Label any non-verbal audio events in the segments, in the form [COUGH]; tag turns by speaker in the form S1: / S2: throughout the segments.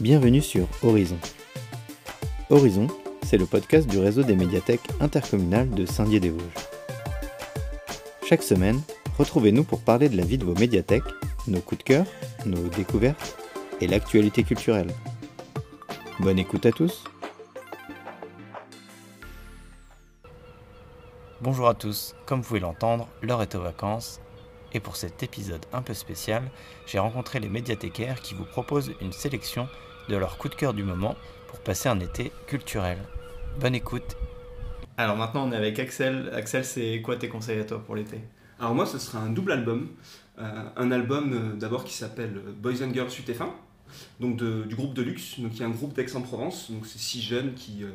S1: bienvenue sur Horizon. Horizon, c'est le podcast du réseau des médiathèques intercommunales de Saint-Dié-des-Vosges. Chaque semaine, retrouvez-nous pour parler de la vie de vos médiathèques, nos coups de cœur, nos découvertes et l'actualité culturelle. Bonne écoute à tous.
S2: Bonjour à tous, comme vous pouvez l'entendre, l'heure est aux vacances et pour cet épisode un peu spécial, j'ai rencontré les médiathécaires qui vous proposent une sélection de leurs coups de cœur du moment pour passer un été culturel. Bonne écoute.
S3: Alors maintenant on est avec Axel. Axel, c'est quoi tes conseils à toi pour l'été
S4: Alors moi, ce sera un double album. Euh, un album euh, d'abord qui s'appelle Boys and Girls UTF1, donc de- du groupe Deluxe, donc qui est un groupe d'Aix-en-Provence. Donc c'est six jeunes qui, euh,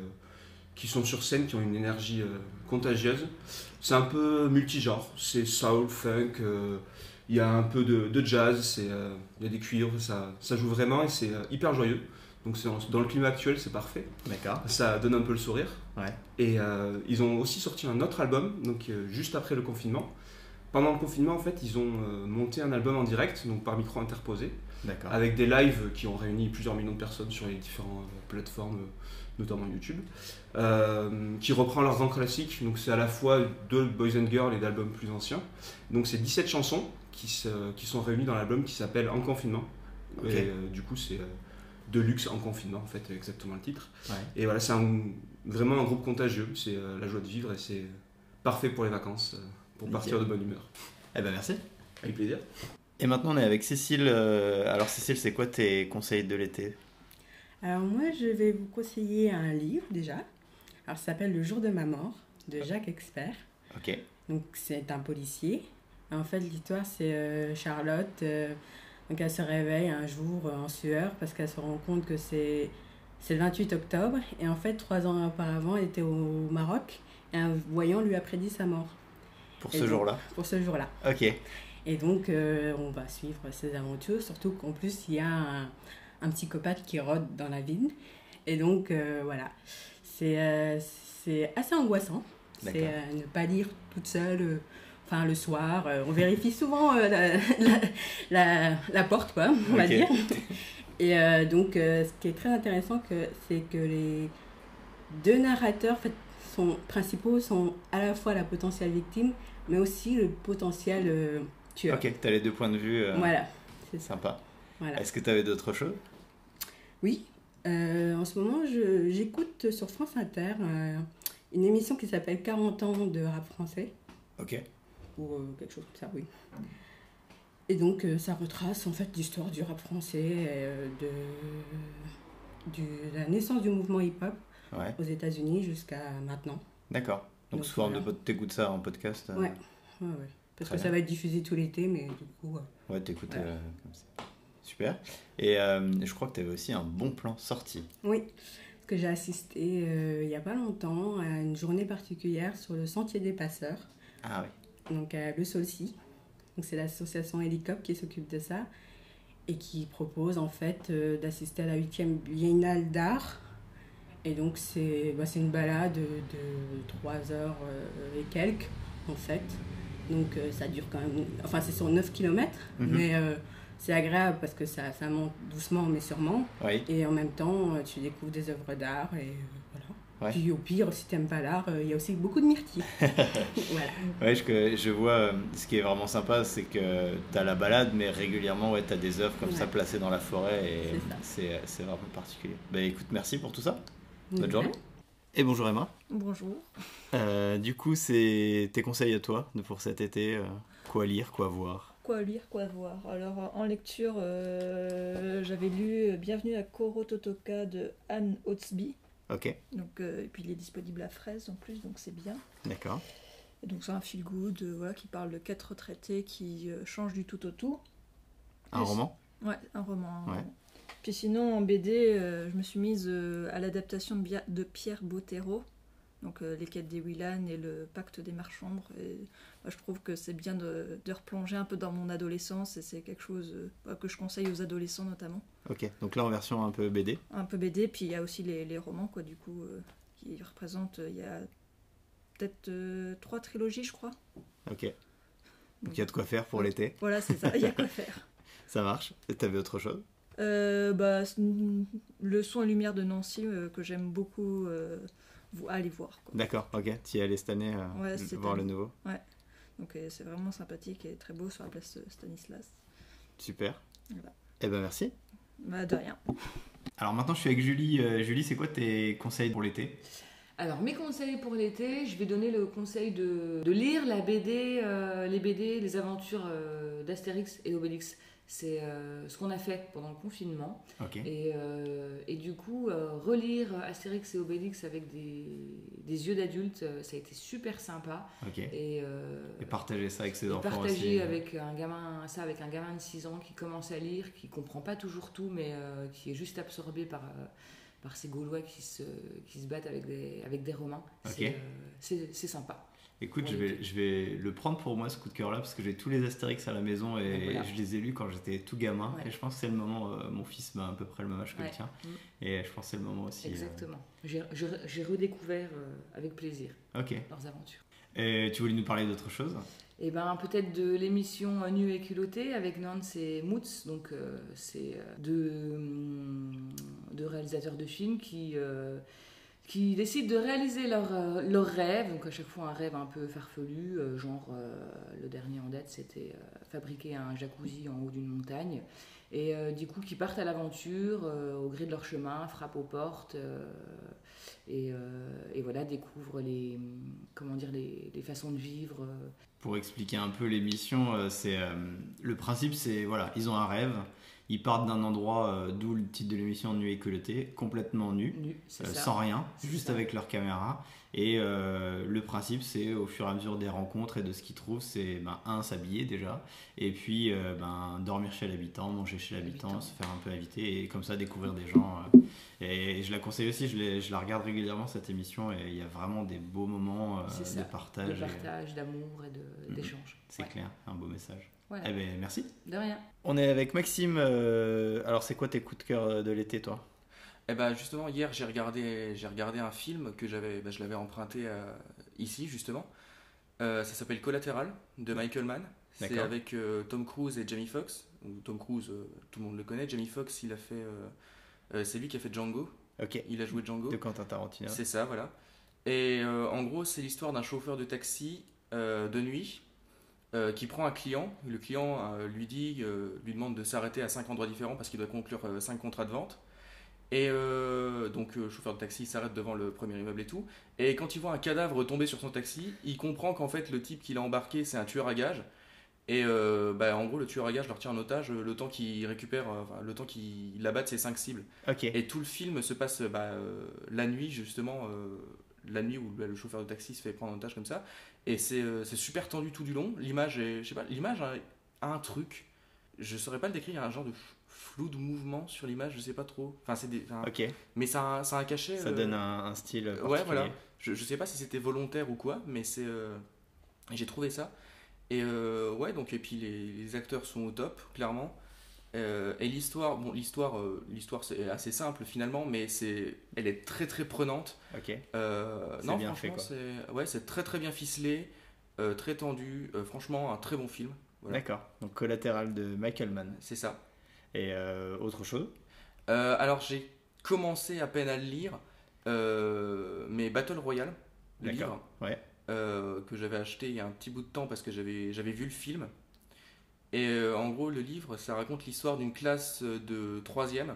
S4: qui sont sur scène, qui ont une énergie euh, contagieuse. C'est un peu multigenre, c'est soul, funk, euh, il y a un peu de, de jazz, c'est, euh, il y a des cuivres, ça, ça joue vraiment et c'est euh, hyper joyeux. Donc c'est en- dans le climat actuel, c'est parfait.
S3: D'accord.
S4: Ça donne un peu le sourire.
S3: Ouais.
S4: Et euh, ils ont aussi sorti un autre album, donc euh, juste après le confinement. Pendant le confinement, en fait, ils ont euh, monté un album en direct, donc par micro interposé,
S3: D'accord.
S4: avec des lives qui ont réuni plusieurs millions de personnes sur les différentes euh, plateformes, euh, notamment YouTube, euh, qui reprend leurs grands classiques. Donc c'est à la fois de Boys and Girls et d'albums plus anciens. Donc c'est 17 chansons qui, se- qui sont réunies dans l'album qui s'appelle En confinement.
S3: Ok.
S4: Et euh, du coup, c'est euh, Deluxe en confinement, en fait, exactement le titre.
S3: Ouais.
S4: Et voilà, c'est un- vraiment un groupe contagieux. C'est euh, la joie de vivre et c'est parfait pour les vacances, euh, pour
S3: Nickel.
S4: partir de bonne humeur.
S3: Eh ben merci.
S4: Avec plaisir.
S3: Et maintenant on est avec Cécile. Euh, Alors Cécile, c'est quoi tes conseils de l'été
S5: Alors moi, je vais vous conseiller un livre déjà. Alors ça s'appelle Le jour de ma mort de Jacques Expert.
S3: Ok.
S5: Donc c'est un policier. Et en fait, l'histoire c'est euh, Charlotte. euh, donc elle se réveille un jour euh, en sueur parce qu'elle se rend compte que c'est c'est le 28 octobre et en fait trois ans auparavant, elle était au Maroc et un voyant lui a prédit sa mort
S3: Pour
S5: Et
S3: ce
S5: donc-
S3: jour-là.
S5: pour ce jour-là.
S3: Ok.
S5: Et donc, euh, on va suivre ses aventures, surtout qu'en plus, il y a un, un psychopathe qui rôde dans la ville. Et donc, euh, voilà, c'est euh, c'est assez angoissant. C'est
S3: D'accord.
S5: euh, ne pas lire toute seule, euh, enfin le soir. euh, on vérifie souvent euh, la, [LAUGHS] la, la- la porte, quoi, on va
S3: Ok.
S5: dire. Et euh, donc, euh, ce qui est très intéressant, que, c'est que les deux narrateurs en fait, sont, principaux sont à la fois la potentielle victime, mais aussi le potentiel euh, tueur.
S3: Ok. T'as les deux points de vue. euh,
S5: Voilà, c'est ça.
S3: Sympa.
S5: Voilà.
S3: Est-ce que t'avais d'autres choses
S5: Oui, euh, en ce moment, je- j'écoute sur France Inter euh, une émission qui s'appelle 40 ans de rap français,
S3: Ok.
S5: ou euh, quelque chose comme ça, oui. Et donc, euh, ça retrace en fait l'histoire du rap français, euh, de, du- la naissance du mouvement hip-hop
S3: Ouais.
S5: aux États-Unis jusqu'à maintenant.
S3: D'accord. Donc
S5: Donc,
S3: sous forme de
S5: voilà.
S3: pod- t'écoutes ça en podcast. euh,
S5: Ouais. Ouais, ouais. Parce
S3: Très bien.
S5: que ça va être diffusé tout l'été, mais du coup. euh,
S3: Ouais, t'écoutes
S5: Voilà.
S3: euh, comme ça. Super. Et euh, je crois que t'avais aussi un bon plan sorti.
S5: Oui, parce que j'ai assisté euh, il n'y a pas longtemps à une journée particulière sur le Sentier des Passeurs,
S3: Ah oui.
S5: donc à Le Solcy. Donc c'est l'association Hélicoptère qui s'occupe de ça et qui propose en fait euh, d'assister à la 8e Biennale d'art. Et donc c'est bah, c'est une balade de 3 heures euh, et quelques en fait. Donc euh, ça dure quand même, enfin c'est sur 9 km,
S3: Mhm.
S5: mais euh, c'est agréable parce que ça, ça monte doucement mais sûrement.
S3: Oui.
S5: Et en même temps, euh, tu découvres des œuvres d'art et euh, voilà.
S3: Ouais.
S5: Puis au pire, si t'aimes pas l'art, euh, il y a aussi beaucoup
S3: [LAUGHS]
S5: de myrtilles. voilà.
S3: Ouais, je, je vois euh, ce qui est vraiment sympa, c'est que t'as la balade, mais régulièrement, ouais, t'as des œuvres comme ça
S5: Ouais.
S3: placées dans la forêt et
S5: C'est ça.
S3: c'est euh, c'est vraiment particulier. Bah écoute, merci pour tout ça. Bonne
S5: Ouais.
S3: journée. Et bonjour Emma. Euh,
S6: Bonjour.
S3: du coup, c'est tes conseils à toi pour cet été euh, Quoi lire, quoi voir
S6: Quoi lire, quoi voir Alors, euh, en lecture, euh, j'avais lu euh, Bienvenue à Koro Totoka de Anne Hotspy.
S3: Ok,
S6: Donc, euh, et puis, il est disponible à Fraise en plus, donc c'est bien.
S3: d'accord.
S6: Et donc, c'est un feel good euh, voilà, qui parle de quatre retraités qui euh, changent du tout au tout.
S3: Un
S6: Et-
S3: roman
S6: Ouais, un roman. un
S3: Ouais.
S6: roman. Puis sinon, en BD, euh, je me suis mise euh, à l'adaptation de, Bia- de Pierre Bottero, donc euh, Les Quêtes des Willan et Le Pacte des Marchands. Et, moi, je trouve que c'est bien de, de replonger un peu dans mon adolescence et c'est quelque chose euh, bah, que je conseille aux adolescents notamment.
S3: Ok, donc là en version un peu BD.
S6: Un peu BD, puis il y a aussi les, les romans, quoi, du coup, euh, qui représentent. euh, Il y a peut-être euh, trois trilogies, je crois.
S3: Ok. Donc il y a de quoi faire pour l'été,
S6: Voilà, c'est ça, il y a quoi faire.
S3: ça marche. Et T'avais autre chose
S6: Euh, bah, c'est- le son et lumière de Nancy, euh, que j'aime beaucoup euh, vous, aller voir. quoi.
S3: D'accord, ok. Tu y es allé cette année euh,
S6: Ouais, cette
S3: voir
S6: année.
S3: le nouveau.
S6: Donc euh, c'est vraiment sympathique et très beau sur la place euh, Stanislas.
S3: Super.
S6: Voilà.
S3: Eh ben merci.
S6: Bah, de rien.
S3: Alors maintenant, je suis avec Julie. Euh, Julie, c'est quoi tes conseils pour l'été
S7: Alors, mes conseils pour l'été, je vais donner le conseil de, de lire la BD, euh, les BD, les aventures euh, d'Astérix et Obélix. C'est euh, ce qu'on a fait pendant le confinement.
S3: Ok.
S7: Et, euh, et du coup, euh, relire Astérix et Obélix avec des, des yeux d'adulte, euh, ça a été super sympa.
S3: Ok.
S7: Et, euh,
S3: Et partager ça avec ses
S7: et
S3: enfants
S7: partager
S3: aussi. euh.
S7: avec un gamin ça avec un gamin de 6 ans qui commence à lire qui comprend pas toujours tout mais euh, qui est juste absorbé par euh, par ces Gaulois qui se qui se battent avec des avec des Romains
S3: Ok.
S7: C'est, euh, c'est c'est sympa
S3: Écoute,
S7: pour
S3: je vais,
S7: l'été.
S3: je vais le prendre pour moi ce coup de cœur là parce que j'ai tous les Astérix à la maison et
S7: Donc voilà.
S3: je les ai lus quand j'étais tout gamin.
S7: Ouais.
S3: Et je pense que c'est le moment, euh, mon fils m'a à peu près le même âge que le
S7: Ouais.
S3: tien.
S7: Mm.
S3: Et je pense que c'est le moment aussi. euh,
S7: exactement j'ai je- j'ai redécouvert euh, avec plaisir
S3: euh. Ok.
S7: leurs aventures
S3: Et tu voulais nous parler d'autre chose
S7: et ben peut-être de l'émission euh, nu et culotté avec Nance et Moots donc euh, c'est euh, deux hum, deux réalisateurs de films qui euh, qui décident de réaliser leur, euh, leur rêve, donc à chaque fois un rêve un peu farfelu, euh, genre euh, le dernier en date c'était euh, fabriquer un jacuzzi en haut d'une montagne, et euh, du coup qui partent à l'aventure euh, au gré de leur chemin, frappent aux portes, euh, et, euh, et voilà, découvrent les, hum, comment dire, les, les façons de vivre. euh.
S3: Pour expliquer un peu l'émission, euh, c'est euh, le principe, c'est voilà, ils ont un rêve, ils partent d'un endroit, euh, d'où le titre de l'émission Nu et culotté, complètement nus,
S7: Nu, c'est
S3: euh,
S7: ça.
S3: sans rien,
S7: C'est
S3: juste
S7: ça.
S3: avec leur caméra. Et euh, le principe, c'est au fur et à mesure des rencontres et de ce qu'ils trouvent, c'est ben, un s'habiller déjà, et puis euh, ben, dormir chez l'habitant, manger chez l'habitant,
S7: L'habitant.
S3: se faire un peu inviter, et comme ça découvrir des gens. euh. Et je la conseille aussi, je, l'ai- je la regarde régulièrement cette émission, et il y a vraiment des beaux moments euh,
S7: C'est ça,
S3: de
S7: de
S3: partage.
S7: de
S3: et-
S7: partage, d'amour et de-
S3: Mhm.
S7: d'échange.
S3: c'est
S7: Ouais,
S3: clair, un beau message.
S7: Voilà.
S3: Eh ben merci.
S7: De rien.
S3: On est avec Maxime. euh, alors c'est quoi tes coups de cœur euh, de l'été toi
S8: Eh ben justement hier j'ai regardé j'ai regardé un film que j'avais ben, je l'avais emprunté euh, ici justement. Euh, ça s'appelle Collateral de Michael Mann. C'est
S3: D'accord.
S8: avec euh, Tom Cruise et Jamie Foxx. Ou Tom Cruise euh, tout le monde le connaît. Jamie Foxx il a fait euh, euh, c'est lui qui a fait Django.
S3: Ok.
S8: Il a joué Django.
S3: De Quentin Tarantino.
S8: C'est ça, voilà. Et euh, en gros, c'est l'histoire d'un chauffeur de taxi euh, de nuit euh, qui prend un client. Le client euh, lui dit, euh, lui demande de s'arrêter à cinq endroits différents parce qu'il doit conclure euh, cinq contrats de vente. Et euh, donc, le chauffeur de taxi s'arrête devant le premier immeuble et tout. Et quand il voit un cadavre tomber sur son taxi, il comprend qu'en fait, le type qu'il a embarqué, c'est un tueur à gage. Et euh, bah, en gros, le tueur à gage leur tient en otage euh, le temps qu'il récupère, euh, enfin, le temps qu'il abatte ses cinq cibles.
S3: Ok.
S8: Et tout le film se passe bah, euh, la nuit, justement, euh, la nuit où bah, le chauffeur de taxi se fait prendre en otage comme ça. Et c'est euh, c'est super tendu tout du long. L'image, est- je sais pas, l'image a a un truc. Je saurais pas le décrire, il y a un genre de f- flou de mouvement sur l'image, je sais pas trop. Enfin, c'est des- enfin,
S3: Ok.
S8: Mais ça, a un- ça a un cachet.
S3: Ça
S8: euh,
S3: donne un, un style particulier.
S8: Ouais, voilà. Je, je sais pas si c'était volontaire ou quoi, mais c'est. euh, J'ai trouvé ça. Et euh, ouais, donc, et puis les, les acteurs sont au top, clairement. Euh, et l'histoire, bon, l'histoire, euh, l'histoire c'est assez simple finalement, mais c'est, elle est très très prenante.
S3: Ok.
S8: Euh,
S3: C'est
S8: non,
S3: bien fait,
S8: franchement, c'est, ouais, c'est très très bien ficelé, euh, très tendu. Euh, franchement, un très bon film. Voilà.
S3: D'accord. Donc collatéral de Michael Mann.
S8: C'est ça.
S3: Et euh, autre chose
S8: Euh, alors j'ai commencé à peine à le lire, euh, mais Battle Royale, le
S3: D'accord,
S8: livre,
S3: ouais.
S8: euh, que j'avais acheté il y a un petit bout de temps parce que j'avais j'avais vu le film. Et euh, en gros, le livre, ça raconte l'histoire d'une classe de troisième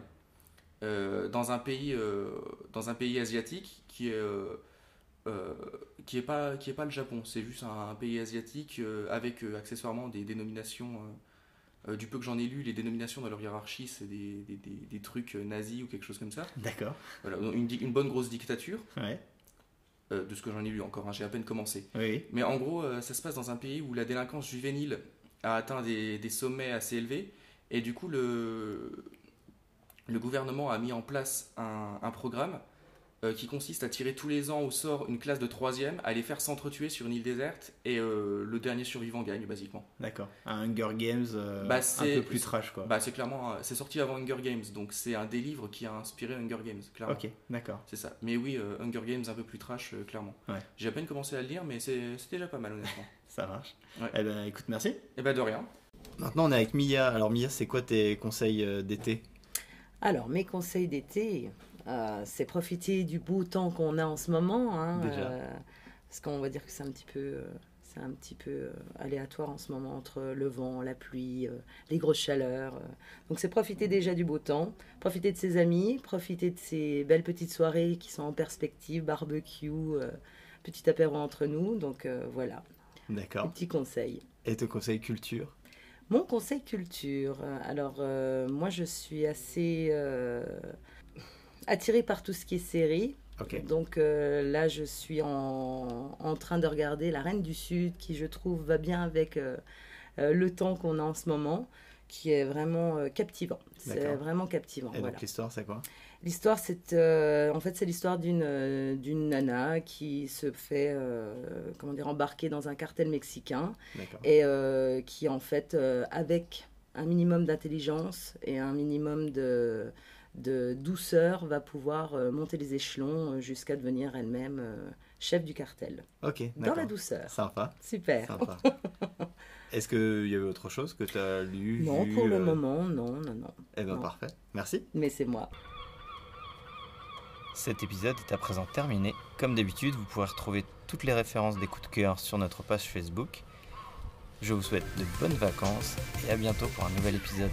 S8: euh, dans un pays euh, dans un pays asiatique qui est euh, euh, qui est pas qui est pas le Japon. C'est juste un, un pays asiatique euh, avec euh, accessoirement des dénominations. euh, euh, du peu que j'en ai lu, les dénominations dans leur hiérarchie, c'est des, des- des- des trucs euh, nazis ou quelque chose comme ça.
S3: D'accord.
S8: Voilà, donc une, di- une bonne grosse dictature,
S3: Ouais.
S8: euh, de ce que j'en ai lu encore, hein, j'ai à peine commencé.
S3: Oui.
S8: Mais en gros, euh, ça se passe dans un pays où la délinquance juvénile a atteint des, des sommets assez élevés, et du coup, le, le gouvernement a mis en place un, un programme euh, qui consiste à tirer tous les ans au sort une classe de troisième, à les faire s'entretuer sur une île déserte, et euh, le dernier survivant gagne, basiquement.
S3: D'accord. Un Hunger Games euh,
S8: Bah,
S3: un
S8: c'est-
S3: peu plus trash quoi.
S8: Bah, c'est clairement, euh, c'est sorti avant Hunger Games, donc c'est un des livres qui a inspiré Hunger Games, clairement.
S3: ok. D'accord.
S8: C'est ça. Mais oui, euh, Hunger Games un peu plus trash, euh, clairement.
S3: Ouais.
S8: J'ai à peine commencé à le lire, mais c'est c'est déjà pas
S3: [LAUGHS]
S8: mal, honnêtement.
S3: Ça marche.
S8: Ouais.
S3: Eh ben écoute, merci.
S8: Et bah de rien.
S3: Maintenant on est avec Mia. Alors Mia, c'est quoi tes conseils euh, d'été
S9: Alors, mes conseils d'été, euh, c'est profiter du beau temps qu'on a en ce moment. hein,
S2: Déjà.
S9: euh, parce qu'on va dire que c'est un petit peu, euh, c'est un petit peu euh, aléatoire en ce moment entre le vent, la pluie, euh, les grosses chaleurs. euh. Donc, c'est profiter déjà du beau temps, profiter de ses amis, profiter de ces belles petites soirées qui sont en perspective, barbecue, euh, petit apéro entre nous. Donc, euh, voilà, un
S3: D'accord.
S9: petit conseil.
S3: Et te conseil culture
S9: Mon conseil culture. euh, Alors, euh, moi, je suis assez euh, attirée par tout ce qui est série.
S3: Ok.
S9: Donc euh, là, je suis en, en train de regarder La Reine du Sud, qui, je trouve, va bien avec euh, euh, le temps qu'on a en ce moment, qui est vraiment euh, captivant. C'est
S3: D'accord.
S9: vraiment captivant.
S3: Et
S9: voilà.
S3: donc l'histoire, c'est quoi
S9: L'histoire, c'est euh, en fait c'est l'histoire d'une euh, d'une nana qui se fait euh, comment dire embarquer dans un cartel mexicain
S3: D'accord.
S9: et euh, qui en fait euh, avec un minimum d'intelligence et un minimum de, de douceur va pouvoir euh, monter les échelons euh, jusqu'à devenir elle-même euh, chef du cartel
S3: Ok,
S9: dans
S3: d'accord.
S9: la Eh. douceur
S3: Sympa,
S9: super
S3: sympa. Est-ce qu'il y avait autre chose que tu as lu
S9: non
S3: vu,
S9: pour le
S3: euh,
S9: moment non non non
S3: Eh ben
S9: non.
S3: parfait. Merci.
S9: mais c'est moi
S2: Cet épisode est à présent terminé. Comme d'habitude, vous pourrez retrouver toutes les références des coups de cœur sur notre page Facebook. Je vous souhaite de bonnes vacances et à bientôt pour un nouvel épisode.